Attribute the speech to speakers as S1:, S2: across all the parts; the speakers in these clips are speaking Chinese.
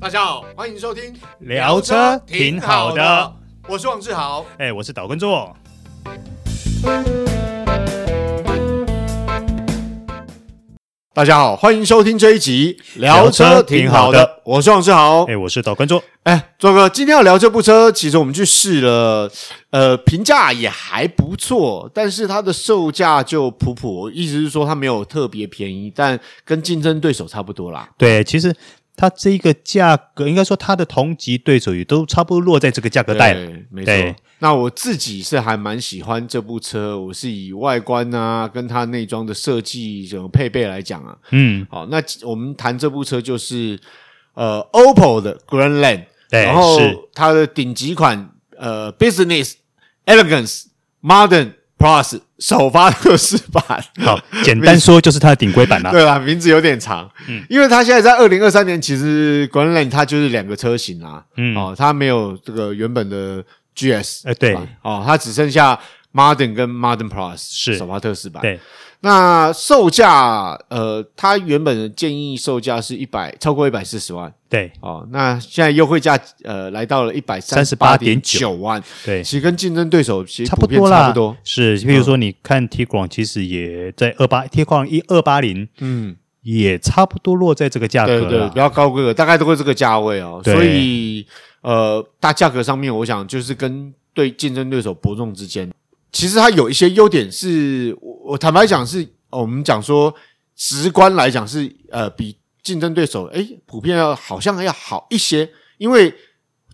S1: 大家好，欢迎收听
S2: 聊车挺好的，
S1: 我是王志豪。
S2: 哎、我是岛根
S1: 哦
S2: 座。
S1: 大家好，欢迎收听这一集
S2: 聊车挺好的，
S1: 我是王志豪。
S2: 哎、我是岛根座。
S1: 哎，周哥，今天要聊这部车，其实我们去试了，呃，评价也还不错，但是它的售价就普普，意思是说它没有特别便宜，但跟竞争对手差不多啦。
S2: 对，其实它这一个价格，应该说它的同级对手也都差不多落在这个价格带了。
S1: 对，没
S2: 对
S1: 错。那我自己是还蛮喜欢这部车，我是以外观啊，跟它内装的设计、整个配备来讲啊。
S2: 嗯，
S1: 好，那我们谈这部车就是呃，OPPO 的 Grandland，
S2: 对
S1: 然后
S2: 哎是
S1: 它的顶级款呃，Business Elegance Modern Plus 首发特仕版。
S2: 好，简单说就是它的顶规版啦、
S1: 对啦，名字有点长，嗯，因为它现在在二零二三年，其实 Grandland 它就是两个车型啦，
S2: 嗯
S1: 哦，它没有这个原本的 GS，
S2: 哎对
S1: 版哦，它只剩下 Modern 跟 Modern Plus
S2: 是
S1: 首发特仕版，
S2: 对，
S1: 那售价，呃，它原本的建议售价是一百，超过一百四十万
S2: 对，
S1: 哦。那现在优惠价，呃，来到了一百八九万，
S2: 对，
S1: 其实跟竞争对手其实
S2: 差不
S1: 普遍
S2: 多啦，
S1: 差不多。嗯
S2: 是，譬如说你看 T 广，其实也在二八 T 广一二八零，
S1: 嗯，
S2: 也差不多落在这个价格
S1: 对
S2: 了。
S1: 对，比较高规格，大概都会这个价位哦。
S2: 对
S1: 所以，呃，大价格上面，我想就是跟对竞争对手伯仲之间，其实它有一些优点是，我我坦白讲是，呃我们讲说直观来讲是，呃，比竞争对手，诶，普遍要好像要好一些，因为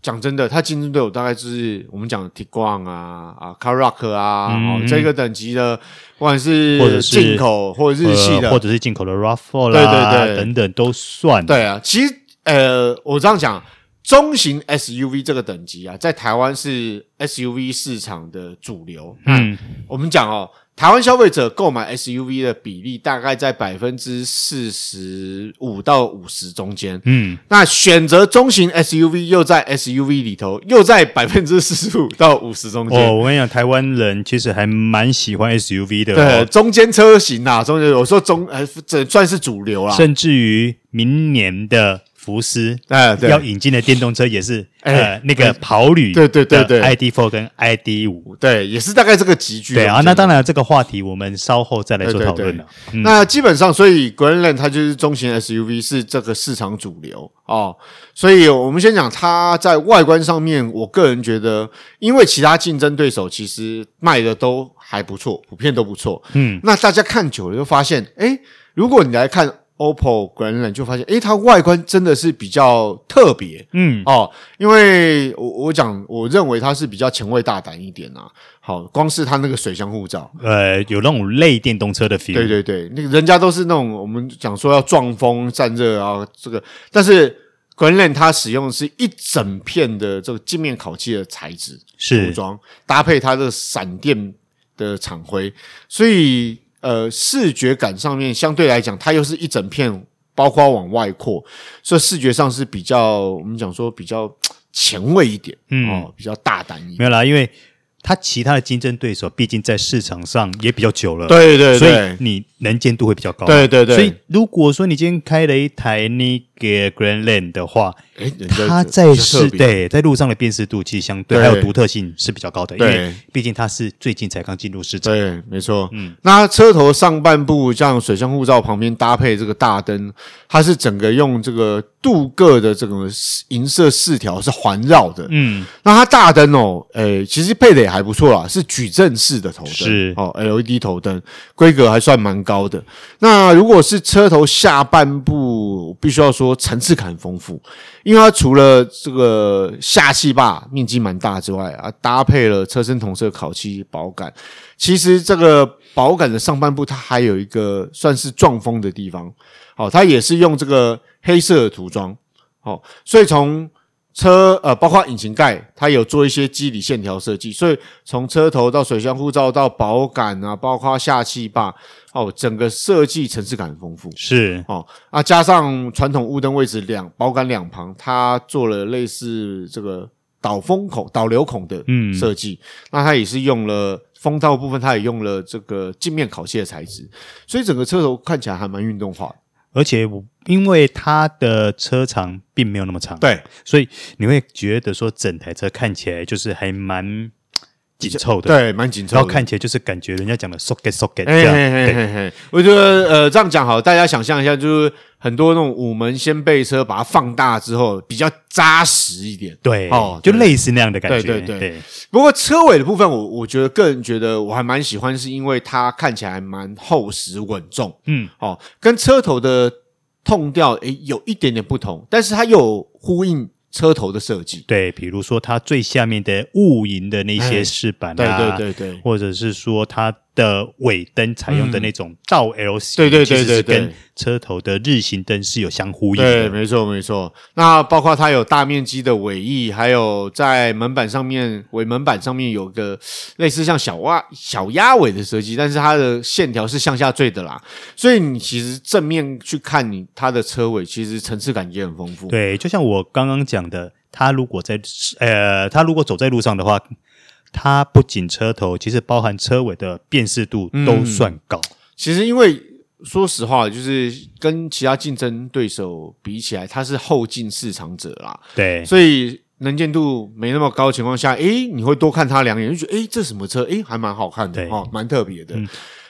S1: 讲真的，它竞争对手大概就是我们讲的 Tiguan 啊、啊 Carac 啊、
S2: 嗯
S1: 哦，这个等级的，不管是
S2: 或者是
S1: 进口或者日系的，
S2: 呃或者是进口的 RAV4 啦，
S1: 对对对
S2: 等等都算。
S1: 对啊，其实呃，我这样讲，中型 SUV 这个等级啊，在台湾是 SUV 市场的主流。
S2: 嗯，
S1: 我们讲哦，台湾消费者购买 SUV 的比例大概在百分之四十五到五十中间。
S2: 嗯
S1: 那选择中型 SUV 又在 SUV 里头，又在百分之四十五到五十中间。
S2: 哦，我跟你讲，台湾人其实还蛮喜欢 SUV 的、
S1: 对，
S2: 哦，
S1: 中间车型啊，中间我说中呃，这算是主流啦。
S2: 甚至于明年的福斯。
S1: 哎，对
S2: 要，引进的电动车也是，
S1: 哎
S2: 呃，那个跑旅
S1: 对对对对
S2: ，ID4 跟 ID5，
S1: 对，也是大概这个集聚中
S2: 对
S1: 间。
S2: 啊，那当然这个话题我们稍后再来做
S1: 对对
S2: 讨论了。嗯
S1: 那基本上，所以 Grandland 它就是中型 SUV 是这个市场主流哦。所以我们先讲它在外观上面，我个人觉得，因为其他竞争对手其实卖的都还不错，普遍都不错。
S2: 嗯，
S1: 那大家看久了就发现，诶，如果你来看 OPPO Grandland，就发现，诶，它外观真的是比较特别。
S2: 嗯，
S1: 哦，因为我我讲，我认为它是比较前卫大胆一点啊。好，光是它那个水箱护罩，
S2: 呃，有那种类电动车的 feel，
S1: 对对对，那个人家都是那种我们讲说要撞风散热啊，这个，但是 Greenland 它使用的是一整片的这个镜面烤漆的材质涂
S2: 是，
S1: 装，搭配它的闪电的厂徽，所以呃视觉感上面相对来讲，它又是一整片，包括往外扩，所以视觉上是比较我们讲说比较嘖前卫一点，
S2: 嗯
S1: 哦，比较大胆一点，
S2: 没有啦，因为它其他的竞争对手毕竟在市场上也比较久了，
S1: 对对
S2: 所
S1: 对
S2: 以，你能见度会比较高。
S1: 对对对，
S2: 所以如果说你今天开了一台那个 Grandland 的话，
S1: 哎，人家
S2: 它
S1: 就
S2: 在
S1: 比较特
S2: 市
S1: 别
S2: 对在路上的辨识度其实相对
S1: 对
S2: 还有独特性是比较高的，因
S1: 对
S2: 为毕竟它是最近才刚进入市场。
S1: 对，没错。嗯，那车头上半部像水箱护罩旁边搭配这个大灯，它是整个用这个镀铬的这种银色饰条是环绕的。
S2: 嗯，
S1: 那它大灯哦，诶、其实配的也还不错啦，是矩阵式的头灯，
S2: 是
S1: 哦，LED 头灯，规格还算蛮高的。那如果是车头下半部，我必须要说层次感很丰富，因为它除了这个下气坝面积蛮大之外啊，搭配了车身同色烤漆保感。其实这个保感的上半部，它还有一个算是撞风的地方，哦，它也是用这个黑色的涂装，哦，所以从车呃，包括引擎盖，它有做一些肌理线条设计，所以从车头到水箱护罩到保杆啊，包括下气坝，哦，整个设计层次感很丰富
S2: 是，
S1: 哦啊，加上传统雾灯位置两保杆两旁，它做了类似这个导风孔、导流孔的
S2: 嗯
S1: 设计，那它也是用了风道部分，它也用了这个镜面烤漆的材质，所以整个车头看起来还蛮运动化的。
S2: 而且我因为它的车长并没有那么长，，
S1: 对，
S2: 所以你会觉得说整台车看起来就是还蛮紧凑的，，
S1: 对，哎蛮紧凑的。
S2: 然后看起来就是感觉人家讲的 socket
S1: 嘿
S2: socket 这样，
S1: 嘿嘿嘿嘿，我觉得呃这样讲好，大家想象一下，就是很多那种五门掀背车，把它放大之后比较扎实一点。
S2: 对，
S1: 哦
S2: 就
S1: 对
S2: 类似那样的感觉，
S1: 对对对不过车尾的部分我，我觉得个人觉得我还蛮喜欢，是因为它看起来蛮厚实稳重
S2: 嗯，
S1: 哦，跟车头的痛调诶有一点点不同，但是它又有呼应车头的设计。
S2: 对，比如说它最下面的雾银的那些饰板
S1: 哎对
S2: 啊，
S1: 对对对
S2: 或者是说它的尾灯采用的那种倒 L
S1: 嗯
S2: 型，
S1: 对对对
S2: 其实
S1: 对
S2: 是
S1: 对
S2: 跟车头的日行灯是有相呼应
S1: 对，
S2: 的。
S1: 没错没错。那包括它有大面积的尾翼，还有在门板上面尾门板上面有个类似像小蛙小鸭尾的设计，但是它的线条是向下坠的啦，所以你其实正面去看你它的车尾，其实层次感也很丰富。
S2: 对，就像我刚刚讲的，它如果在呃，它如果走在路上的话，它不仅车头，其实包含车尾的辨识度
S1: 嗯
S2: 都算高。
S1: 其实因为说实话，就是跟其他竞争对手比起来，它是后进市场者啦，
S2: 对，
S1: 所以能见度没那么高的情况下，诶，你会多看它两眼，就觉得诶，这什么车？诶，还蛮好看的
S2: 对嗯
S1: 哦，蛮特别的。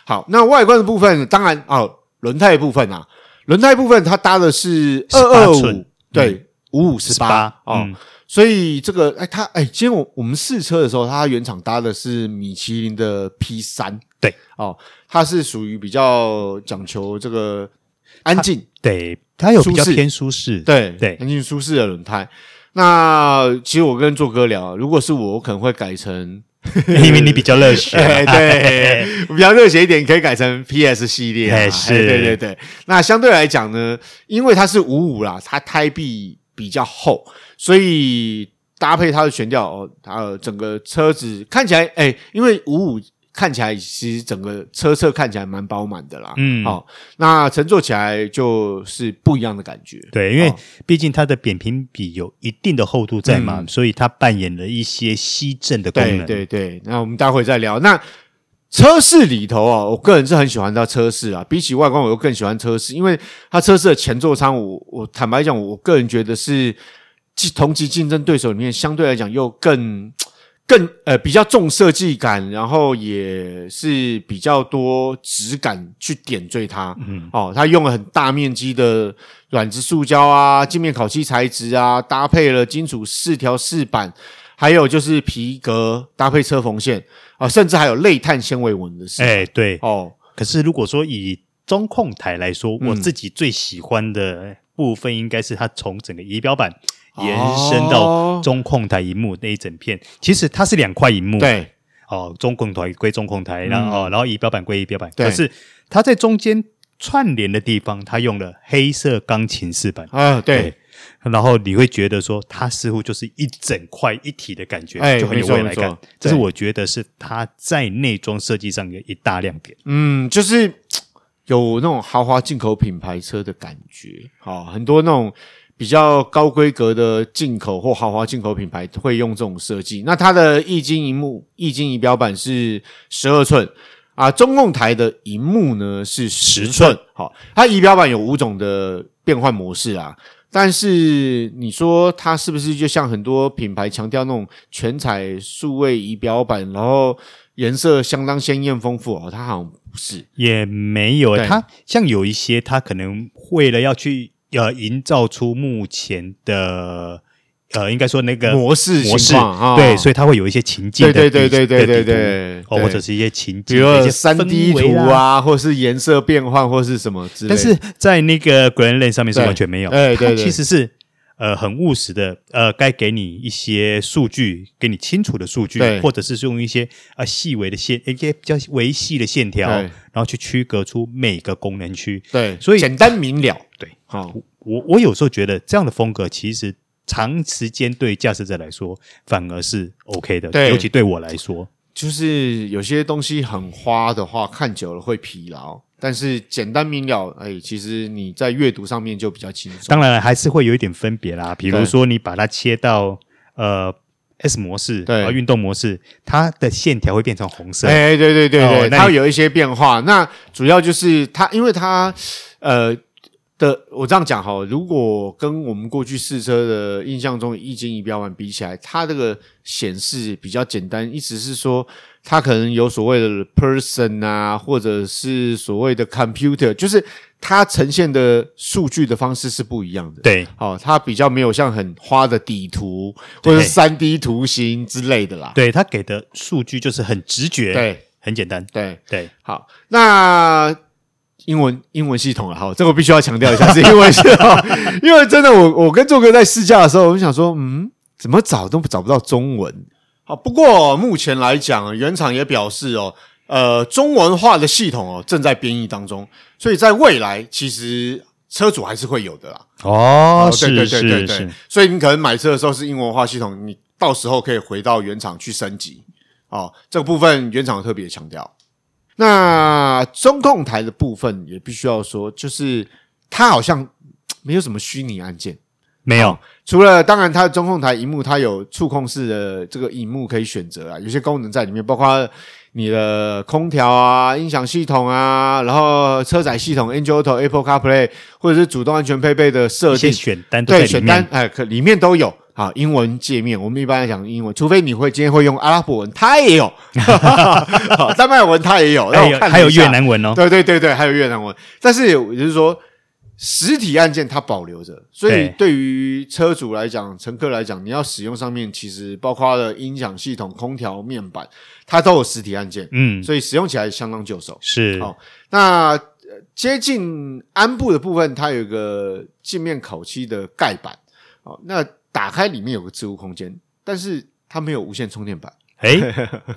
S1: 好，那外观的部分，当然哦，轮胎的部分啊，轮胎部分它搭的是二
S2: 18
S1: 二五
S2: 寸，
S1: 对，五五十八哦。
S2: 嗯
S1: 所以这个，哎，它，哎，今天我我们试车的时候，它原厂搭的是米其林的 P 三，
S2: 对，
S1: 哦，它是属于比较讲求这个安静，
S2: 对，它有比较
S1: 舒适
S2: 偏舒适。
S1: 对
S2: 对
S1: 安静舒适的轮胎。那其实我跟做哥聊，如果是我，我可能会改成，
S2: 因为你比较热血嘛。
S1: 哎， 对， 我比较热血一点，可以改成 PS 系列啊，
S2: 哎是
S1: 对对对。那相对来讲呢，因为它是五五啦，它胎壁比较厚，所以搭配它的悬吊，哦，它的整个车子看起来，哎，因为五五。看起来其实整个车侧看起来蛮饱满的啦，
S2: 嗯
S1: 好、那乘坐起来就是不一样的感觉，
S2: 对，因为
S1: 哦
S2: 毕竟它的扁平比有一定的厚度在嘛，所以它扮演了一些吸震的功
S1: 对嗯
S2: 能。
S1: 对对，那我们待会再聊。那车市里头啊，我个人是很喜欢它车市啊，比起外观，我又更喜欢车市，因为它车市的前座舱我，我坦白讲，我个人觉得是竞同级竞争对手里面相对来讲又更。更呃比较重设计感，然后也是比较多质感去点缀它。嗯，哦，它用了很大面积的软质塑胶啊、镜面烤漆材质啊，搭配了金属四条饰板，还有就是皮革搭配车缝线啊，甚至还有类碳纤维纹的饰。
S2: 哎，对。
S1: 哦，
S2: 可是如果说以中控台来说，
S1: 嗯
S2: 我自己最喜欢的部分应该是它从整个仪表板延伸到
S1: 哦
S2: 中控台荧幕那一整片。其实它是两块荧幕，
S1: 对嗯
S2: 哦，中控台归中控台，然后、哦，然后仪表板归仪表板。
S1: 对
S2: 可是它在中间串联的地方，它用了黑色钢琴饰板。
S1: 啊，对，
S2: 然后你会觉得说，它似乎就是一整块一体的感觉，
S1: 哎
S2: 就很有
S1: 没错
S2: 未来
S1: 没
S2: 感
S1: 错。
S2: 这是
S1: 对
S2: 我觉得是它在内装设计上的一大亮点。
S1: 嗯，就是嘖有那种豪华进口品牌车的感觉，好、很多那种。比较高规格的进口或豪华进口品牌会用这种设计。那它的液晶荧幕、液晶仪表板是十二寸啊，中控台的荧幕呢是十寸。好、它仪表板有五种的变换模式啊，但是你说它是不是就像很多品牌强调那种全彩数位仪表板，然后颜色相当鲜艳丰富哦？它好像不是，
S2: 也没有欸，
S1: 对
S2: 它像有一些，它可能为了要去呃营造出目前的呃，应该说那个
S1: 模式
S2: 模式
S1: 情况啊，
S2: 对，所以它会有一些情境的
S1: 对对
S2: 地
S1: 对对对
S2: 的
S1: 对
S2: 地图
S1: 对
S2: 哦，
S1: 对
S2: 或者是一些情
S1: 比
S2: 境
S1: 如
S2: 的一
S1: 说
S2: 些
S1: 三 D
S2: 氛
S1: 图
S2: 围啦。
S1: 啊，或是颜色变换，或是什么之类的。
S2: 但是在那个 Grand Lane 上面是
S1: 对
S2: 完全没有，
S1: 哎对
S2: 它
S1: 对
S2: 其实是呃很务实的，呃，该给你一些数据，给你清楚的数据
S1: 对，
S2: 或者是用一些呃细微的线，一些比较维系的线条，
S1: 对
S2: 然后去区隔出每个功能区。
S1: 对，
S2: 所以
S1: 简单明了。
S2: 对，
S1: 好、
S2: 我我有时候觉得这样的风格其实。长时间对驾驶者来说反而是 OK 的，
S1: 对
S2: 尤其对我来说，
S1: 就是有些东西很花的话，看久了会疲劳。但是简单明了，哎，其实你在阅读上面就比较轻松。
S2: 当然还是会有一点分别啦。比如
S1: 对
S2: 说你把它切到呃 S 模式，
S1: 对
S2: 呃运动模式，它的线条会变成红色，
S1: 哎，对对对
S2: 哦
S1: 对，
S2: 那
S1: 它
S2: 你
S1: 有一些变化。那主要就是它，因为它呃的，我这样讲哈，如果跟我们过去试车的印象中一斤仪表板比起来，它这个显示比较简单，意思是说它可能有所谓的 person 啊，或者是所谓的 computer，就是它呈现的数据的方式是不一样的。
S2: 对，
S1: 好、它比较没有像很花的底图或者
S2: 对
S1: 三 D 图形之类的啦。
S2: 对他给的数据就是很直觉，，
S1: 对
S2: 很简单，
S1: 对，
S2: 对，
S1: 好，那英文英文系统了，好，这个我必须要强调一下是英文系统， 因为真的我我跟做哥在试驾的时候，我们想说，嗯，怎么找都找不到中文。好，不过目前来讲，原厂也表示哦，呃，中文化的系统哦正在编译当中，所以在未来其实车主还是会有的啦。
S2: 哦
S1: 对对
S2: 是
S1: 对对
S2: 是
S1: 对
S2: 是，，
S1: 所以你可能买车的时候是英文化系统，你到时候可以回到原厂去升级。哦，这个部分原厂特别强调。那中控台的部分也必须要说，就是它好像嘖没有什么虚拟按键，
S2: 没有，
S1: 除了当然它的中控台荧幕它有触控式的这个荧幕可以选择啊，有些功能在里面，包括你的空调啊、音响系统啊，然后车载系统、Android Auto、Apple CarPlay 或者是主动安全配备的设
S2: 一
S1: 定
S2: 些，选单都在
S1: 对，
S2: 里
S1: 选单
S2: 面，
S1: 哎，可里面都有啊，英文界面。我们一般来讲英文，除非你会今天会用阿拉伯文，它也 有， 好丹麦文它也有，
S2: 还
S1: 让我
S2: 有
S1: 看了
S2: 还有
S1: 一下
S2: 越，南文哦，
S1: 对对对对，还有越南文。但是也就是说，实体按键它保留着，所以
S2: 对
S1: 对于车主来讲、乘客来讲，你要使用上面其实包括了音响系统、空调、面板，它都有实体按键，
S2: 嗯，
S1: 所以哦使用起来相当就手。
S2: 是
S1: 好那呃接近鞍部的部分，它有一个镜面烤漆的盖板，哦，那打开里面有个置物空间，但是它没有无线充电板
S2: 哎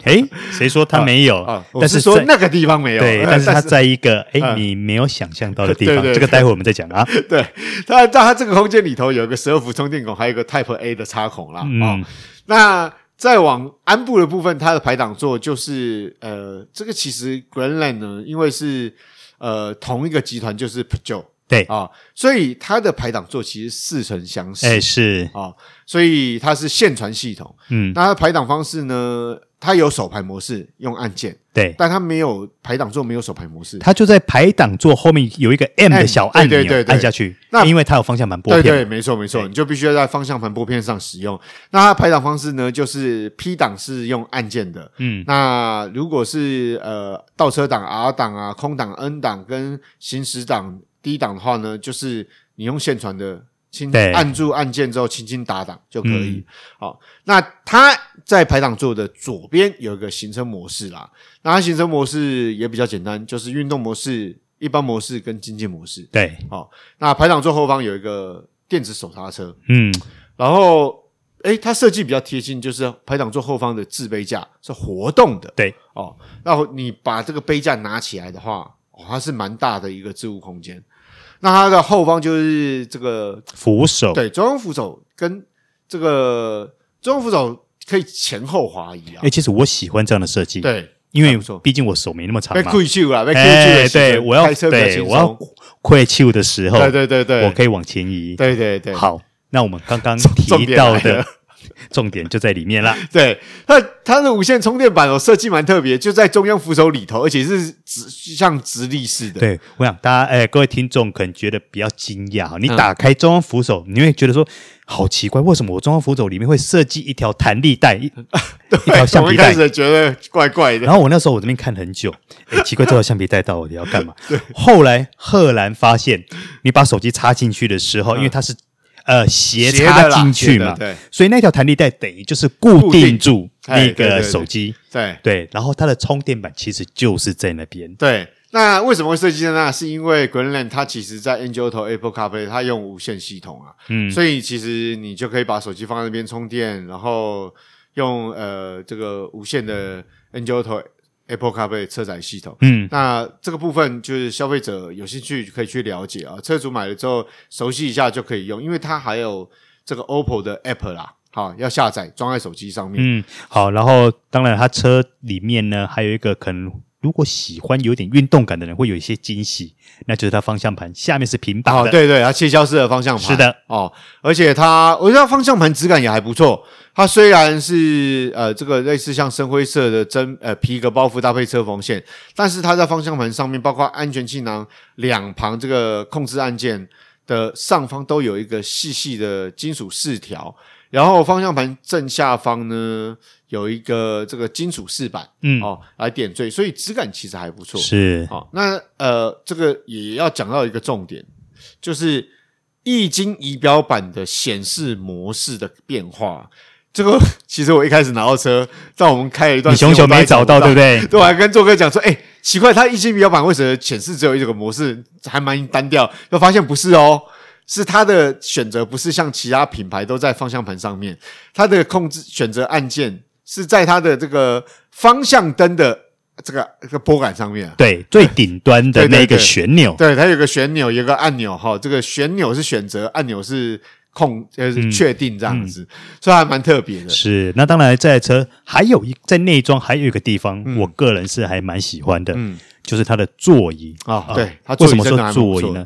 S2: 哎，谁说他没有
S1: 啊。我
S2: 但
S1: 是
S2: 是
S1: 说
S2: 在
S1: 那个地方没有，
S2: 对，
S1: 呃
S2: 但是他在一个哎
S1: 嗯
S2: 你没有想象到的地
S1: 对
S2: 方，
S1: 对
S2: 这个待会我们再讲啊。
S1: 对它它它这个空间里头有一个十二伏充电孔，还有一个 Type A 的插孔啦。哦，
S2: 嗯，
S1: 那再往鞍部的部分，它的排挡座就是呃，这个其实 Grandland 呢，因为是呃同一个集团，就是 Peugeot
S2: 对，
S1: 啊、所以它的排挡座其实似曾相识。
S2: 哎是，
S1: 啊、所以它是线传系统。
S2: 嗯，
S1: 那它的排档方式呢？它有手排模式，用按键，
S2: 对，
S1: 但它没有排档座没有手排模式。
S2: 他就在排档座后面有一个 M 的小按钮
S1: 对对对，对
S2: 按下去
S1: 那，
S2: 因为它有方向盘拨
S1: 对
S2: 片，
S1: 对，没错没错，你就必须要在方向盘拨片上使用。那它的排档方式呢，就是 P 档是用按键的，
S2: 嗯，
S1: 那如果是呃倒车档 R 档啊、空档 N 档跟行驶档 D 档的话呢，就是你用线传的轻
S2: 对嗯
S1: 按住按键之后轻轻打档就可以。好，那它在排档座的左边有一个行车模式啦，那它行车模式也比较简单，就是运动模式、一般模式跟经济模式。
S2: 对，
S1: 那排档座后方有一个电子手刹车，
S2: 嗯，
S1: 然后，诶，它设计比较贴心，就是排挡座后方的置杯架是活动的。
S2: 对，
S1: 哦，然后你把这个杯架拿起来的话，哦，它是蛮大的一个置物空间。那它的后方就是这个
S2: 扶手，
S1: 对中央扶手跟这个中央扶手可以前后滑移啊。
S2: 哎，其实我喜欢这样的设计，
S1: 对，
S2: 因为
S1: 不错
S2: 毕竟我手没那么长
S1: 被
S2: 嘛，
S1: 困住了，被困住
S2: 哎，
S1: 了。
S2: 对我要
S1: 开车比较
S2: 对
S1: 轻
S2: 我要
S1: 松。
S2: 快气的时候，
S1: 对对对对，
S2: 我可以往前移。
S1: 对对对，
S2: 好，那我们刚刚
S1: 重
S2: 提
S1: 点
S2: 到
S1: 来
S2: 的
S1: 了
S2: 重点就在里面啦。
S1: 对，它它的无线充电板哦，设计蛮特别，就在中央扶手里头，而且是直像直立式 的。
S2: 对，我想大家哎，各位听众可能觉得比较惊讶，你
S1: 嗯
S2: 打开中央扶手，你会觉得说好奇怪，为什么我中央扶手里面会设计一条弹力带，一一条橡
S1: 我一
S2: 皮
S1: 开
S2: 带？
S1: 始觉得怪怪的。
S2: 然后我那时候我这边看很 久，哎，奇怪，这条橡皮带到底要干嘛？后来赫然发现，你把手机插进去的时候，因为它是呃斜
S1: 嗯斜的
S2: 插
S1: 啦
S2: 进去
S1: 斜的
S2: 嘛，
S1: 对
S2: 所以那条弹力带等于就是固
S1: 固
S2: 定
S1: 定
S2: 住
S1: 哎
S2: 那
S1: 对对
S2: 个
S1: 对
S2: 手机，
S1: 对
S2: 对，然后它的充电板其实就是在那边，
S1: 对，那为什么会设计在那？是因为 Greenland 它其实在 a n g e l 头 Apple CarPlay 它用无线系统啊，
S2: 嗯，
S1: 所以其实你就可以把手机放在那边充电，然后用呃这个无线的 a n g e l 头 Apple CarPlay 车载系统。
S2: 嗯，
S1: 那这个部分就是消费者有兴趣可以去了解啊，车主买了之后熟悉一下就可以用，因为它还有这个 OPPO 的 App 啦，好要下载装在手机上面。
S2: 嗯，好，然后当然它车里面呢还有一个可能。如果喜欢有点运动感的人，会有一些惊喜，那就是它方向盘下面是平板
S1: 哦
S2: 的，，
S1: 对对，它切胶式的方向盘
S2: 是的，
S1: 哦，而且它我觉得它方向盘质感也还不错。它虽然是呃这个类似像深灰色的真呃皮革包覆搭配车缝线，但是它在方向盘上面，包括安全气囊两旁这个控制按键的上方都有一个细细的金属饰条，然后方向盘正下方呢有一个这个金属饰板
S2: 嗯，
S1: 哦来点缀，所以质感其实还不错。
S2: 是
S1: 好、那呃，这个也要讲到一个重点，就是液晶仪表板的显示模式的变化。这个其实我一开始拿到车，在我们开了一段
S2: 你
S1: 时间，
S2: 熊熊没找到，对不
S1: 对？
S2: 对？
S1: 对，我还跟做哥讲说，哎、奇怪，它液晶仪表板为什么显示只有一个模式，还蛮单调？就发现不是哦，是它的选择不是像其他品牌都在方向盘上面，它的控制选择按键是在它的这个方向灯的这个这个拨杆上面啊。
S2: 对，最顶端的
S1: 对对
S2: 那个
S1: 对
S2: 旋钮，
S1: 对，它有个旋钮，有个按钮哈、这个旋钮是选择，按钮是控，呃，
S2: 嗯
S1: 是确定这样子，所以还蛮特别的。
S2: 是，那当然，这台车还有一在内装还有一个地方，我个人是还蛮喜欢的，
S1: 嗯
S2: 就是它的座椅
S1: 啊对它座
S2: 为
S1: 椅
S2: 什么
S1: 真的还
S2: 说
S1: 蛮不
S2: 座椅
S1: 错
S2: 呢？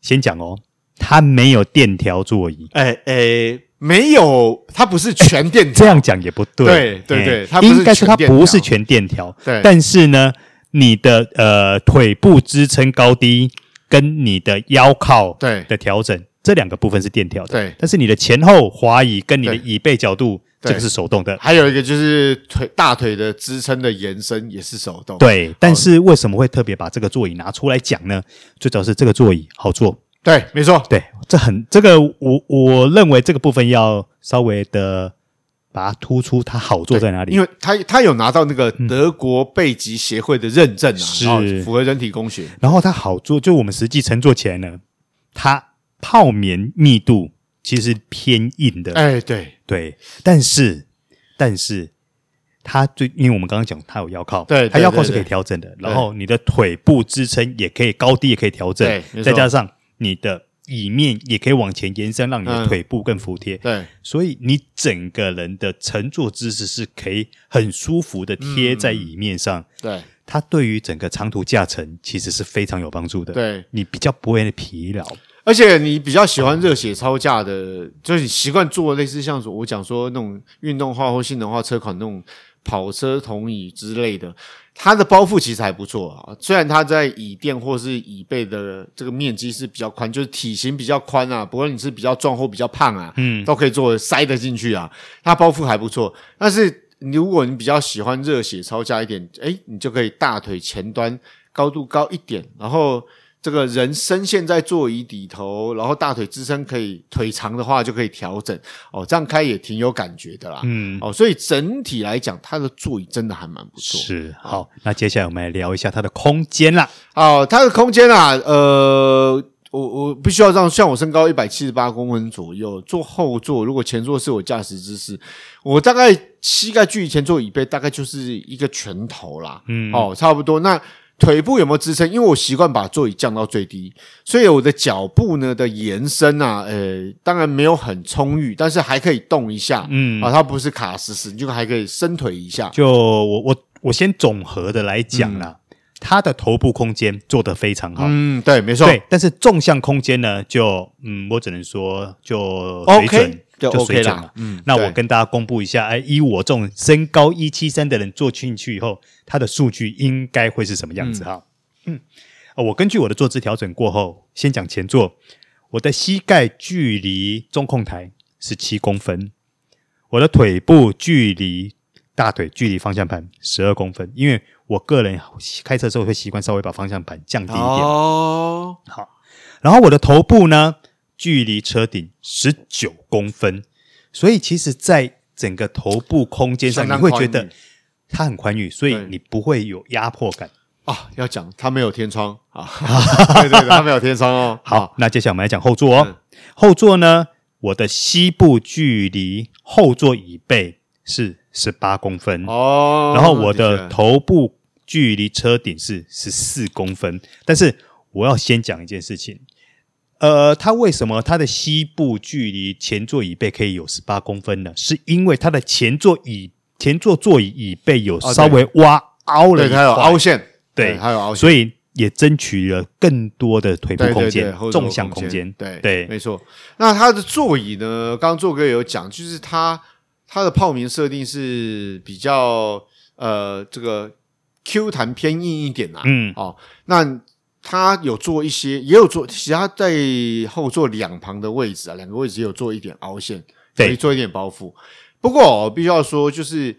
S2: 先讲哦，它没有电调座椅，
S1: 哎哎，没有，它不是全电
S2: 这
S1: 子，
S2: 样讲也不对，
S1: 对对
S2: 哎
S1: 对它不是
S2: 应该是它
S1: 全电
S2: 不是
S1: 调
S2: 全电调，
S1: 对
S2: 但是呢，你的呃腿部支撑高低跟你的腰靠
S1: 对
S2: 的调整。这两个部分是电调的，
S1: 对
S2: 但是你的前后滑移跟你的
S1: 对
S2: 椅背角度，
S1: 对
S2: 这个是手动的，
S1: 还有一个就是腿大腿的支撑的延伸也是手动。哦
S2: 对，但是为什么会特别把这个座椅拿出来讲呢？最主要是这个座椅好坐，
S1: 对，没错，
S2: 对，这很这个我我认为这个部分要稍微的把它突出它好坐在哪里嗯
S1: 因。为他他有拿到那个德国背脊协会的认证啊，
S2: 是
S1: 然后符合人体工学。
S2: 然后它好坐，就我们实际乘坐起来呢，它泡棉密度其实偏硬的，
S1: 哎，对
S2: 对，但是但是。它最，因为我们刚刚讲它有腰靠，
S1: 对对
S2: 它腰靠是可以
S1: 对对
S2: 调整的，然后你的腿部支撑也可以高低也可以调整
S1: 对没，错
S2: 再加上你的椅面也可以往前延伸，让你的
S1: 嗯
S2: 腿部更服帖，
S1: 对
S2: 所以你整个人的乘坐姿势是可以很舒服的贴
S1: 嗯
S2: 在椅面上，
S1: 对
S2: 它对于整个长途驾乘其实是非常有帮助的，
S1: 对，
S2: 你比较不会疲劳，
S1: 而且你比较喜欢热血超驾的，就是你习惯坐类似像我讲说那种运动化或性能化车款那种跑车同椅之类的，它的包覆其实还不错啊。虽然它在椅垫或是椅背的这个面积是比较宽，就是体型比较宽啊，不论你是比较壮或比较胖啊，嗯，都可以坐塞得进去啊，它包覆还不错。但是如果你比较喜欢热血超驾一点，哎，你就可以大腿前端高度高一点，然后。这个人深陷在座椅底头，然后大腿支撑可以腿长的话就可以调整哦，这样开也挺有感觉的啦。嗯，哦，所以整体来讲，它的座椅真的还蛮不错。
S2: 是好。那接下来我们来聊一下它的空间啦，
S1: 哦，它的空间啊，呃，我我必须要让像我身高一百七十八公分左右，坐后座，如果前座是我驾驶姿势，我大概膝盖距离前座椅背大概就是一个拳头啦，嗯，哦，差不多。那腿部有没有支撑？因为我习惯把座椅降到最低，所以我的脚步呢的延伸啊，呃，当然没有很充裕，但是还可以动一下，嗯，啊、它不是卡死死，你就还可以伸腿一下，
S2: 就我我我先总和的来讲啦，它的头部空间做得非常好。
S1: 嗯，对，没错，
S2: 对，但是纵向空间呢，就嗯，我只能说就水
S1: OK，
S2: 准
S1: 就
S2: 就
S1: OK
S2: 水准
S1: 啦
S2: 了。
S1: 嗯
S2: 那我
S1: 对
S2: 跟大家公布一下，哎，以我这种身高一七三的人坐进去以后，它的数据应该会是什么样子哈？嗯，呃我根据我的坐姿调整过后，先讲前座，我的膝盖距离中控台是七公分，我的腿部距离大腿距离方向盘十二公分，因为我个人开车的时候会习惯稍微把方向盘降低一点。
S1: 哦，
S2: 好，然后我的头部呢，距离车顶十九公分，所以其实，在整个头部空间
S1: 相
S2: 上，你
S1: 当
S2: 会觉
S1: 宽
S2: 得
S1: 裕
S2: 它很宽裕，所以
S1: 对
S2: 你不会有压迫感。
S1: 啊，要讲他没有天窗啊， 对对对，他没有天窗哦。
S2: 好，那接下来我们来讲后座哦。
S1: 嗯
S2: 后座呢，我的膝部距离后座椅背是十八公分，
S1: 哦，
S2: 然后我
S1: 确
S2: 的头部距离车顶是十四公分，但是我要先讲一件事情，呃，它为什么它的膝部距离前座椅背可以有十八公分呢？是因为它的前座椅前座座椅椅背有
S1: 哦
S2: 稍微挖凹了
S1: 对，
S2: 一
S1: 它有
S2: 块
S1: 凹陷，
S2: 对
S1: 它有凹陷，
S2: 所以也争取了更多的腿部
S1: 对
S2: 空
S1: 对
S2: 间
S1: 对，、后座
S2: 纵向空间。
S1: 对
S2: 对
S1: 没错。那它的座椅呢？刚刚做哥有讲，就是它它的泡棉设定是比较呃这个 Q 弹偏硬一点啊，
S2: 嗯，
S1: 哦，那他有做一些，也有做，其实他在后座两旁的位置啊，两个位置也有做一点凹陷，
S2: 对
S1: 有做一点包覆。不过我、必须要说，就是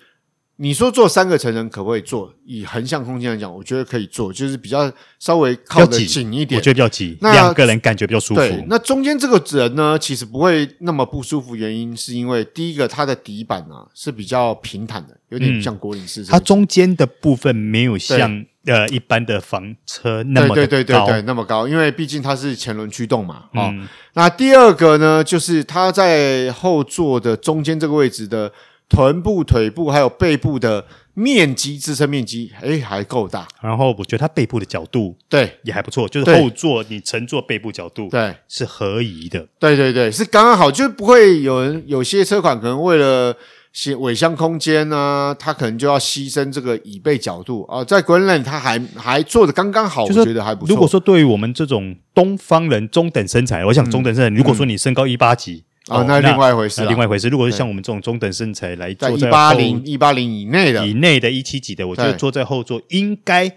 S1: 你说做三个成人可不可以做？以横向空间来讲，我觉得可以做，就是比较稍微靠
S2: 比较
S1: 得
S2: 紧
S1: 紧一
S2: 我
S1: 点
S2: 觉。得比较挤，
S1: 那
S2: 两个人感觉比较舒
S1: 对
S2: 服，。
S1: 那中间这个人呢，其实不会那么不舒服，原因是因为第一个，它的底板啊是比较平坦的，有点
S2: 嗯
S1: 像果岭式这
S2: 它
S1: 种。
S2: 中间的部分没有像呃一般的房车那么
S1: 对
S2: 的
S1: 对对对
S2: 高，
S1: 对，那么高，因为毕竟它是前轮驱动嘛，哦，
S2: 嗯
S1: 那第二个呢，就是它在后座的中间这个位置的臀部、腿部还有背部的面积，支撑面积，哎，还够大。
S2: 然后我觉得它背部的角度
S1: 对，
S2: 也还不错，就是
S1: 对
S2: 后座你乘坐背部角度
S1: 对，
S2: 是合宜的。
S1: 对，对，对，是刚刚好，就不会有人有些车款可能为了写尾箱空间呢、它可能就要牺牲这个椅背角度啊、在 Greenland 它还还做的刚刚好，
S2: 就是
S1: 我觉得还不错。
S2: 如果说对于我们这种东方人中等身材，我想中等身材，如果说你身高一八几
S1: 啊、那另外一回事
S2: 哦那
S1: 了，
S2: 另外一回事。如果是像我们这种中等身材来
S1: 在
S2: 坐
S1: 一
S2: 在
S1: 八
S2: 后
S1: 零一八零以内的
S2: 以内的一七几的，我觉得
S1: 对
S2: 坐在后座应该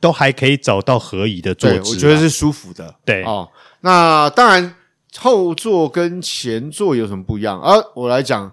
S2: 都还可以找到合宜的坐
S1: 对，
S2: 姿啊。
S1: 我觉得是舒服的。
S2: 对，
S1: 哦，那当然后座跟前座有什么不一样？而、我来讲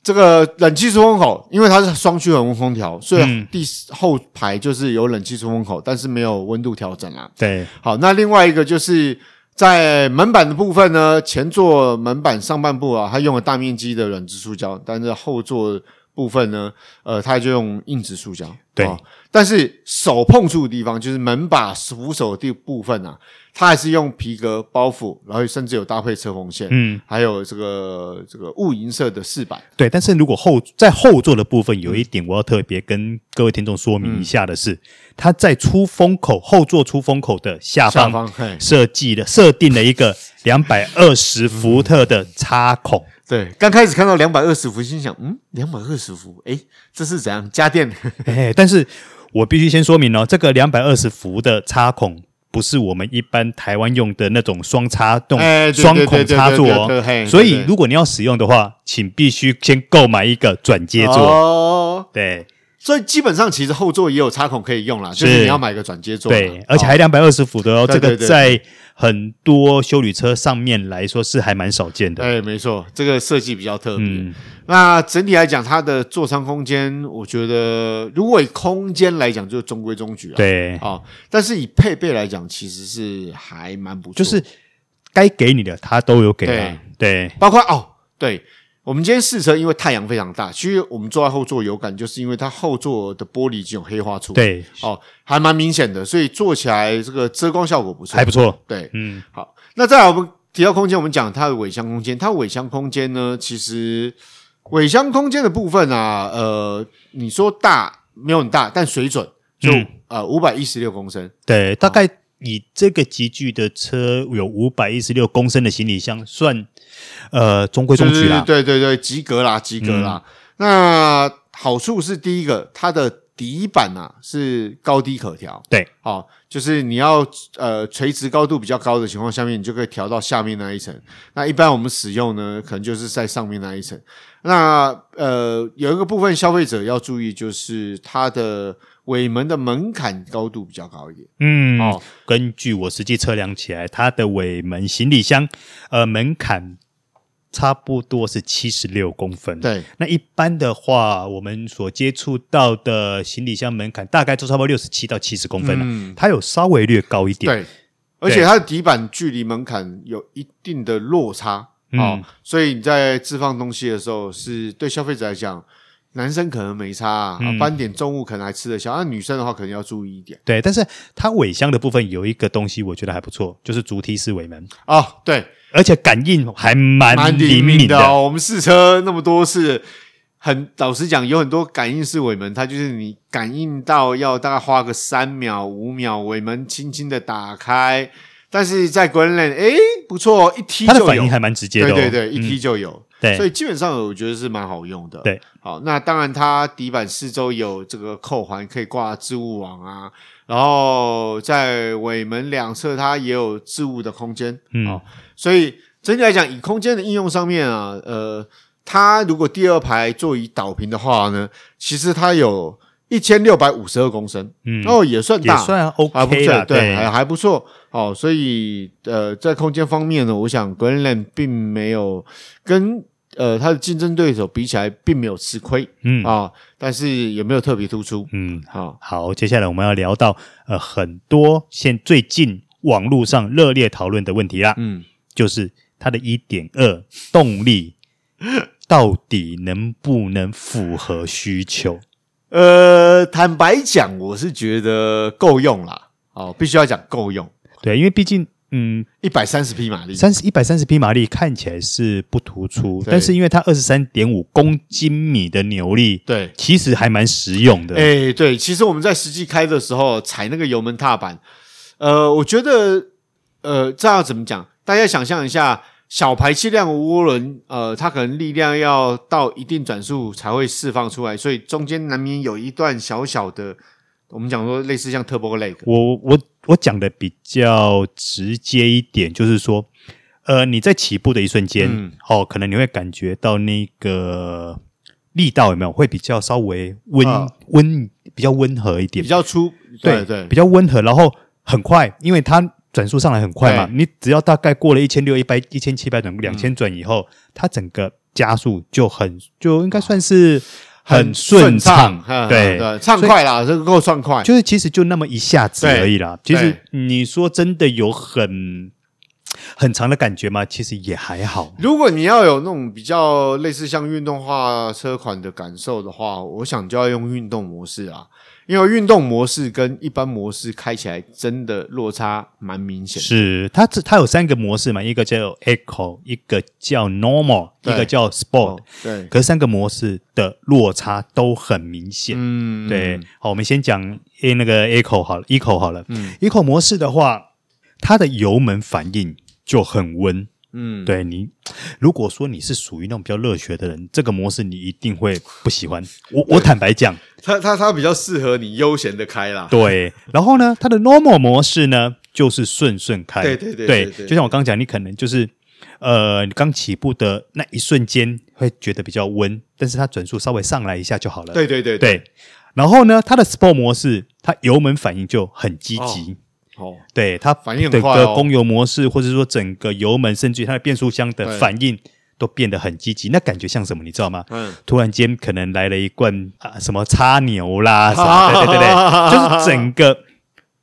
S1: 这个冷气出风口，因为它是双区恒温空调，所以
S2: 嗯
S1: 第四后排就是有冷气出风口，但是没有温度调整啊啦、
S2: 对，
S1: 好，那另外一个就是。在门板的部分呢，前座门板上半部啊，它用了大面积的软质塑胶，但是后座部分呢，呃，它就用硬质塑胶。
S2: 对
S1: 哦但是手碰触的地方，就是门把扶手的部分啊，它还是用皮革包覆，然后甚至有搭配车缝线，
S2: 嗯，
S1: 还有这个这个雾银色的饰板。
S2: 对。但是如果后在后座的部分
S1: 嗯
S2: 有一点，我要特别跟各位听众说明一下的是，它在出风口后座出风口的下
S1: 下
S2: 方
S1: 方，嘿，
S2: 设计了设定了一个两百二十
S1: 嗯
S2: 伏特的插 孔，
S1: 对，刚开始看到两百二十伏，心想，嗯，两百二十伏，诶，这是怎样家电？
S2: 哎，但是我必须先说明哦，这个两百二十伏的插孔不是我们一般台湾用的那种双插那
S1: 哎
S2: 种
S1: 对
S2: 双孔
S1: 对对
S2: 插
S1: 对
S2: 座
S1: 对对
S2: 哦，
S1: 嘿
S2: 所以
S1: 对对
S2: 如果你要使用的话，请必须先购买一个转接座。
S1: 哦，
S2: 对
S1: 所以基本上其实后座也有插孔可以用啦，就是
S2: 是
S1: 你要买个转接座啦。
S2: 对，而且
S1: 哦
S2: 还两百二十伏的哦，
S1: 对
S2: 这
S1: 对
S2: 个
S1: 对
S2: 在很多修理车上面来说是还蛮少见的。
S1: 哎，没错，这个设计比较特别。
S2: 嗯，
S1: 那整体来讲，它的座舱空间，我觉得如果以空间来讲，就中规中矩啊。
S2: 对，
S1: 哦，但是以配备来讲，其实是还蛮不错，
S2: 就是该给你的他都有给了。对，
S1: 包括哦，对我们今天试车，因为太阳非常大，其实我们坐在后座有感，就是因为它后座的玻璃已经有黑化处，，
S2: 对，
S1: 哦，还蛮明显的，所以坐起来这个遮光效果不错，
S2: 还不错。
S1: 对，
S2: 嗯，
S1: 好，那再来我们提到空间，我们讲它的尾箱空间。它尾箱空间呢，其实尾箱空间的部分啊，呃，你说大没有很大，但水准就、
S2: 嗯
S1: 呃五百一十六公升，
S2: 对，大概以这个级距的车有五百一十六公升的行李箱，算呃中规中矩啦。嗯
S1: 对对对，及格啦，及格啦。那好处是第一个，它的底板啊是高低可调，
S2: 对，
S1: 哦，就是你要呃垂直高度比较高的情况下面，你就可以调到下面那一层。那一般我们使用呢，可能就是在上面那一层。那呃，有一个部分消费者要注意，就是它的尾门的门槛高度比较高一点、
S2: 嗯，
S1: 哦，
S2: 根据我实际测量起来，它的尾门行李箱呃门槛差不多是七十六公分。。
S1: 对，
S2: 那一般的话，我们所接触到的行李箱门槛大概就差不多六十七到七十公分了、啊
S1: 嗯
S2: 它有稍微略高一点。
S1: 对，而且它的底板距离门槛有一定的落差、哦
S2: 嗯，
S1: 所以你在置放东西的时候，是对消费者来讲，男生可能没差、啊，
S2: 嗯
S1: 啊搬点重物可能还吃得消，那、啊女生的话可能要注意一点
S2: 对，但是它尾箱的部分有一个东西，我觉得还不错，就是主梯式尾门，
S1: 哦。对，
S2: 而且感应还蛮
S1: 蛮
S2: 灵
S1: 灵敏
S2: 的。
S1: 的哦。我们试车那么多次。很老实讲，有很多感应式尾门，它就是你感应到要大概花个三秒、五秒，尾门轻轻的打开。但是在 Greenland，哎，不错，一踢
S2: 它的
S1: 就
S2: 反
S1: 有
S2: 应还蛮直接的、哦，
S1: 对对对，一
S2: 嗯
S1: 踢就有。
S2: 对
S1: 所以基本上我觉得是蛮好用的。
S2: 对，
S1: 好，那当然它底板四周有这个扣环，可以挂置物网啊，然后在尾门两侧它也有置物的空间。
S2: 嗯
S1: 哦，所以整体来讲，以空间的应用上面啊，呃，它如果第二排座椅倒平的话呢，其实它有一千六百五十二公升，
S2: 嗯，
S1: 哦，也算
S2: 也
S1: 大，
S2: 算
S1: 还不
S2: OK
S1: 错
S2: 啦，，
S1: 对，还还不错。哦，所以呃，在空间方面呢，我想 Greenland 并没有跟呃它的竞争对手比起来，并没有吃亏
S2: 嗯
S1: 啊、但是也没有特别突出。啊
S2: 嗯，
S1: 好、
S2: 好，接下来我们要聊到呃很多现最近网络上热烈讨论的问题啦，
S1: 嗯，
S2: 就是它的一点二动力到底能不能符合需求？
S1: 呃，坦白讲，我是觉得够用啦。哦，必须要讲够用，
S2: 对，因为毕竟嗯，
S1: 一百三十匹马力。
S2: 三十一百三十匹马力看起来是不突出，
S1: 对
S2: 但是因为它二十三点五公斤米的扭力，
S1: 对，
S2: 其实还蛮实用的。
S1: 哎、对，其实我们在实际开的时候踩那个油门踏板，呃，我觉得，呃，这要怎么讲？大家想象一下，小排气量涡轮，呃，它可能力量要到一定转速才会释放出来，所以中间难免有一段小小的，我们讲说类似像 turbo lag，
S2: 我我我讲的比较直接一点，就是说，呃，你在起步的一瞬间，
S1: 嗯
S2: 哦，可能你会感觉到那个力道有没有会比较稍微温、
S1: 啊
S2: 温比较温和一点
S1: 比，较粗，对对
S2: 比较温和，然后很快，因为它转速上来很快嘛，你只要大概过了一千六、一百、一千七百转、
S1: 嗯
S2: 两千转以后，它整个加速就很就应该算是很顺畅，
S1: 嗯
S2: 对
S1: 对，畅快啦，这个够畅快，
S2: 就是其实就那么一下子而已啦。
S1: 对
S2: 其实
S1: 对
S2: 你说真的有很很长的感觉吗？其实也还好。
S1: 如果你要有那种比较类似像运动化车款的感受的话，我想就要用运动模式啊，因为运动模式跟一般模式开起来真的落差蛮明显的。
S2: 是它这它有三个模式嘛，一个叫 Eco，一个叫 Normal，一
S1: 对
S2: 个叫 Sport、
S1: 哦，对，
S2: 可是三个模式的落差都很明显。
S1: 嗯，
S2: 对，好，我们先讲诶那个 Eco 好了，Eco 好了、
S1: 嗯
S2: e c o 模式的话，它的油门反应就很温。
S1: 嗯，
S2: 对你，如果说你是属于那种比较热血的人，这个模式你一定会不喜欢。我我坦白 讲，
S1: 它它它比较适合你悠闲的开啦。
S2: 对。然后呢，它的 normal 模式呢，就是顺顺开。
S1: 对对对
S2: 对
S1: 对对
S2: 就像我刚讲，你可能就是呃，你刚起步的那一瞬间会觉得比较温，但是它转速稍微上来一下就好了。
S1: 对对对，
S2: 对。然后呢，它的 sport 模式，它油门反应就很积极。
S1: 哦，
S2: 对它
S1: 反应很
S2: 整
S1: 快
S2: 个
S1: 哦
S2: 供油模式，或者说整个油门，甚至于它的变速箱
S1: 对
S2: 的反应都变得很积极。那感觉像什么，你知道吗？
S1: 嗯，
S2: 突然间可能来了一罐啊什么叉牛 啦，什么对对对对，就是整个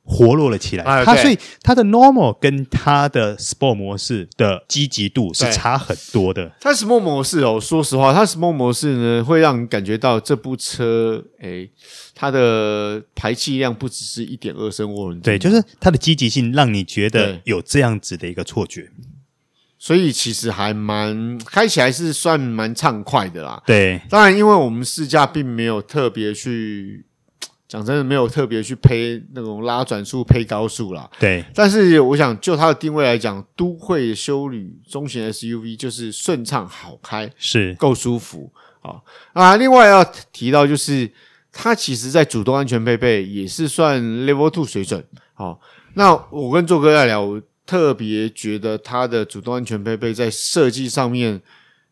S2: 活络了起来
S1: 啊。
S2: 它
S1: 对
S2: 所以它的 normal 跟它的 sport 模式的积极度是
S1: 对
S2: 差很多的。
S1: 它 small 模式哦，说实话，它 small 模式呢，会让你感觉到这部车，诶，它的排气量不只是一点二升涡轮
S2: 对，
S1: 增
S2: 就是它的积极性让你觉
S1: 对
S2: 得有这样子的一个错觉。
S1: 所以其实还蛮开起来是算蛮畅快的啦。
S2: 对，
S1: 当然，因为我们试驾并没有特别去，讲真的没有特别去配那种拉转速、配高速啦。
S2: 对，
S1: 但是我想，就它的定位来讲，都会修旅中型 SUV 就是顺畅、好开、
S2: 是，
S1: 够舒服啊啊！另外要提到就是，它其实在主动安全配备也是算 Level Two 水准。好、那我跟做哥在聊，我特别觉得它的主动安全配备在设计上面，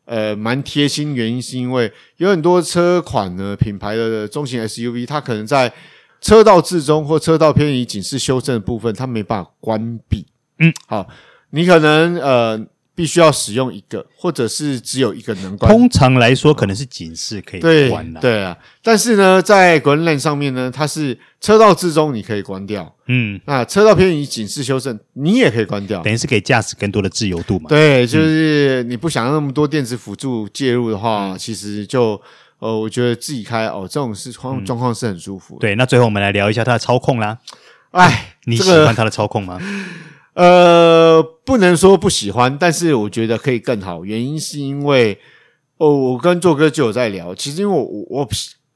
S1: 呃，蛮贴心。原因是因为有很多车款呢，品牌的中型 SUV，它可能在车道至中或车道偏移警示修正的部分，它没办法关闭。
S2: 嗯，
S1: 好，你可能呃必须要使用一个，或者是只有一个能关。
S2: 通常来说可能是警示可以
S1: 对
S2: 关啦。
S1: 对啊，但是呢，在 Greenland 上面呢，它是车道至中你可以关掉，
S2: 嗯，
S1: 那车道偏移警示修正你也可以关掉。
S2: 等于是给驾驶更多的自由度嘛。
S1: 对，就是你不想要那么多电子辅助介入的话，
S2: 嗯
S1: 其实就呃，我觉得自己开哦，这种是状状况是很舒服的。
S2: 嗯对，那最后我们来聊一下它的操控啦。
S1: 哎，
S2: 你
S1: 这
S2: 喜
S1: 个
S2: 欢它的操 控吗？
S1: 呃，不能说不喜欢，但是我觉得可以更好。原因是因为哦，我跟做哥就有在聊，其实因为我我我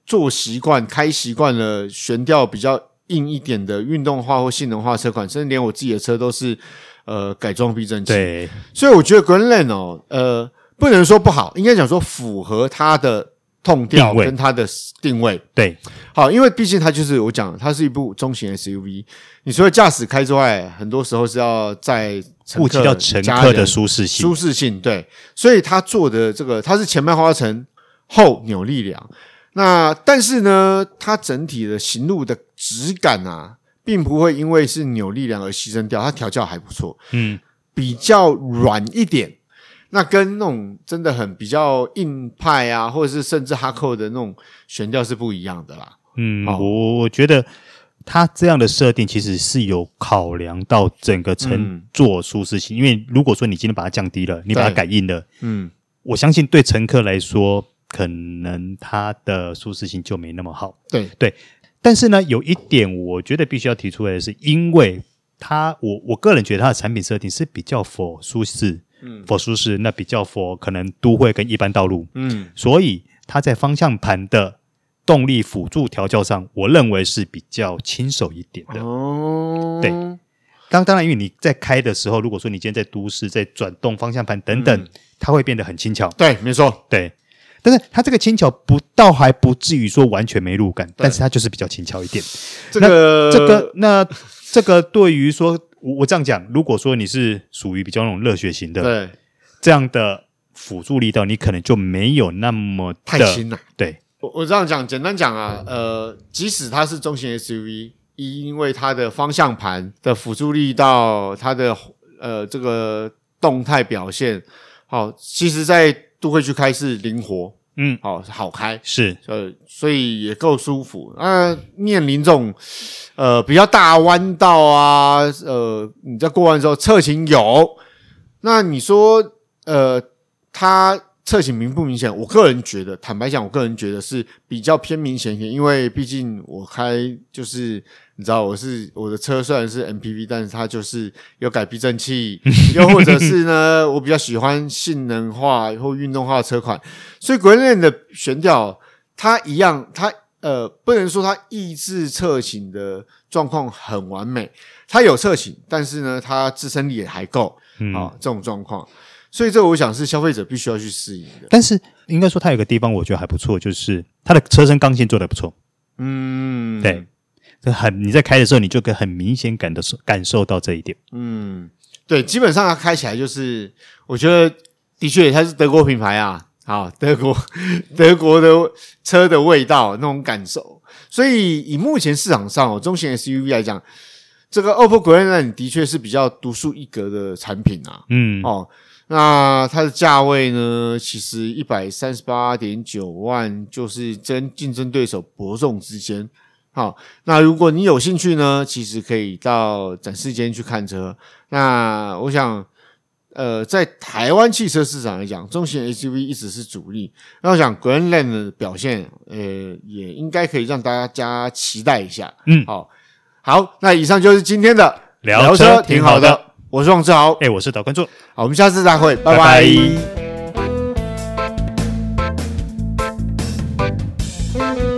S1: 做习惯开习惯了悬吊比较硬一点的运动化或性能化车款，甚至连我自己的车都是呃改装避震器。
S2: 对，
S1: 所以我觉得 Greenland 哦，呃，不能说不好，应该讲说符合它的痛调
S2: 定位
S1: 跟它的定位。
S2: 对，
S1: 好，因为毕竟它就是我讲，它是一部中型 SUV，你除了驾驶开之外，很多时候是要在
S2: 顾及到乘客的舒适性
S1: 舒。适性，对，所以它做的这个它是前麦花臣后扭力梁，那但是呢，它整体的行路的质感啊，并不会因为是扭力梁而牺牲掉，它调教还不错，
S2: 嗯，
S1: 比较软一点。那跟那种真的很比较硬派啊，或者是甚至哈扣的那种悬吊是不一样的啦。
S2: 嗯，
S1: 好
S2: 我我觉得它这样的设定其实是有考量到整个乘
S1: 嗯
S2: 坐舒适性，因为如果说你今天把它降低了，你把它
S1: 对
S2: 改硬了，
S1: 嗯，
S2: 我相信对乘客来说，可能它的舒适性就没那么好。
S1: 对，
S2: 但是呢，有一点我觉得必须要提出来的是，因为它，我我个人觉得它的产品设定是比较 for 舒适，嗯，for 舒适，那比较 for 可能都会跟一般道路，
S1: 嗯，
S2: 所以它在方向盘的动力辅助调教上，我认为是比较轻手一点的。
S1: 哦，
S2: 对当当然，因为你在开的时候，如果说你今天在都市在转动方向盘等等，它会变得很轻巧，
S1: 对，没错，
S2: 对。但是它这个轻巧不倒还不至于说完全没路感，但是它就是比较轻巧一点。
S1: 这个
S2: 这个那 这个对于说，我我这样讲，如果说你是属于比较那种热血型的
S1: 对
S2: 这样的辅助力道，你可能就没有那么
S1: 太
S2: 的
S1: 轻了。
S2: 对，
S1: 我我这样讲，简单讲啊，呃，即使它是中型 SUV，因为它的方向盘的辅助力道，它的呃这个动态表现，好、其实在都会去开是灵活，
S2: 嗯，
S1: 好、好开，
S2: 是
S1: 呃，所以也够舒服。那、面临这种呃比较大弯道啊，呃，你在过弯之后侧倾有，那你说呃，它侧倾明不明显？我个人觉得，坦白讲，我个人觉得是比较偏明显一点，因为毕竟我开就是你知道，我是我的车虽然是 MPV，但是它就是有改避震器，又或者是呢，我比较喜欢性能化或运动化的车款，所以 Greenland 的悬吊它一样，它呃不能说它抑制侧倾的状况很完美，它有侧倾，但是呢，它自身力也还够啊、
S2: 嗯。
S1: 这种状况，所以这个我想是消费者必须要去适应的。
S2: 但是应该说它有个地方我觉得还不错，就是它的车身刚性做的不错，
S1: 嗯，
S2: 对，这很你在开的时候你就可以很明显感的感受到这一点。
S1: 嗯，对，基本上它开起来就是，我觉得的确它是德国品牌啊，好，德国 德国的车的味道那种感受，所以以目前市场上哦中型 SUV 来讲，这个 OPPO Grandland 的确是比较独树一格的产品啊，
S2: 嗯，
S1: 哦。那它的价位呢？其实一百三十八点九万，就是跟竞争对手伯仲之间。好，那如果你有兴趣呢，其实可以到展示间去看车。那我想，呃，在台湾汽车市场来讲，中型 SUV 一直是主力。那我想 Grandland 的表现，呃，也应该可以让大家期待一下。
S2: 嗯
S1: 好，好，那以上就是今天的
S2: 聊车挺
S1: 挺
S2: 好
S1: 好
S2: 的
S1: 的。我是王志豪，
S2: 哎，我是导观众。
S1: 好，我们下次再会，拜
S2: 拜
S1: 拜。
S2: 拜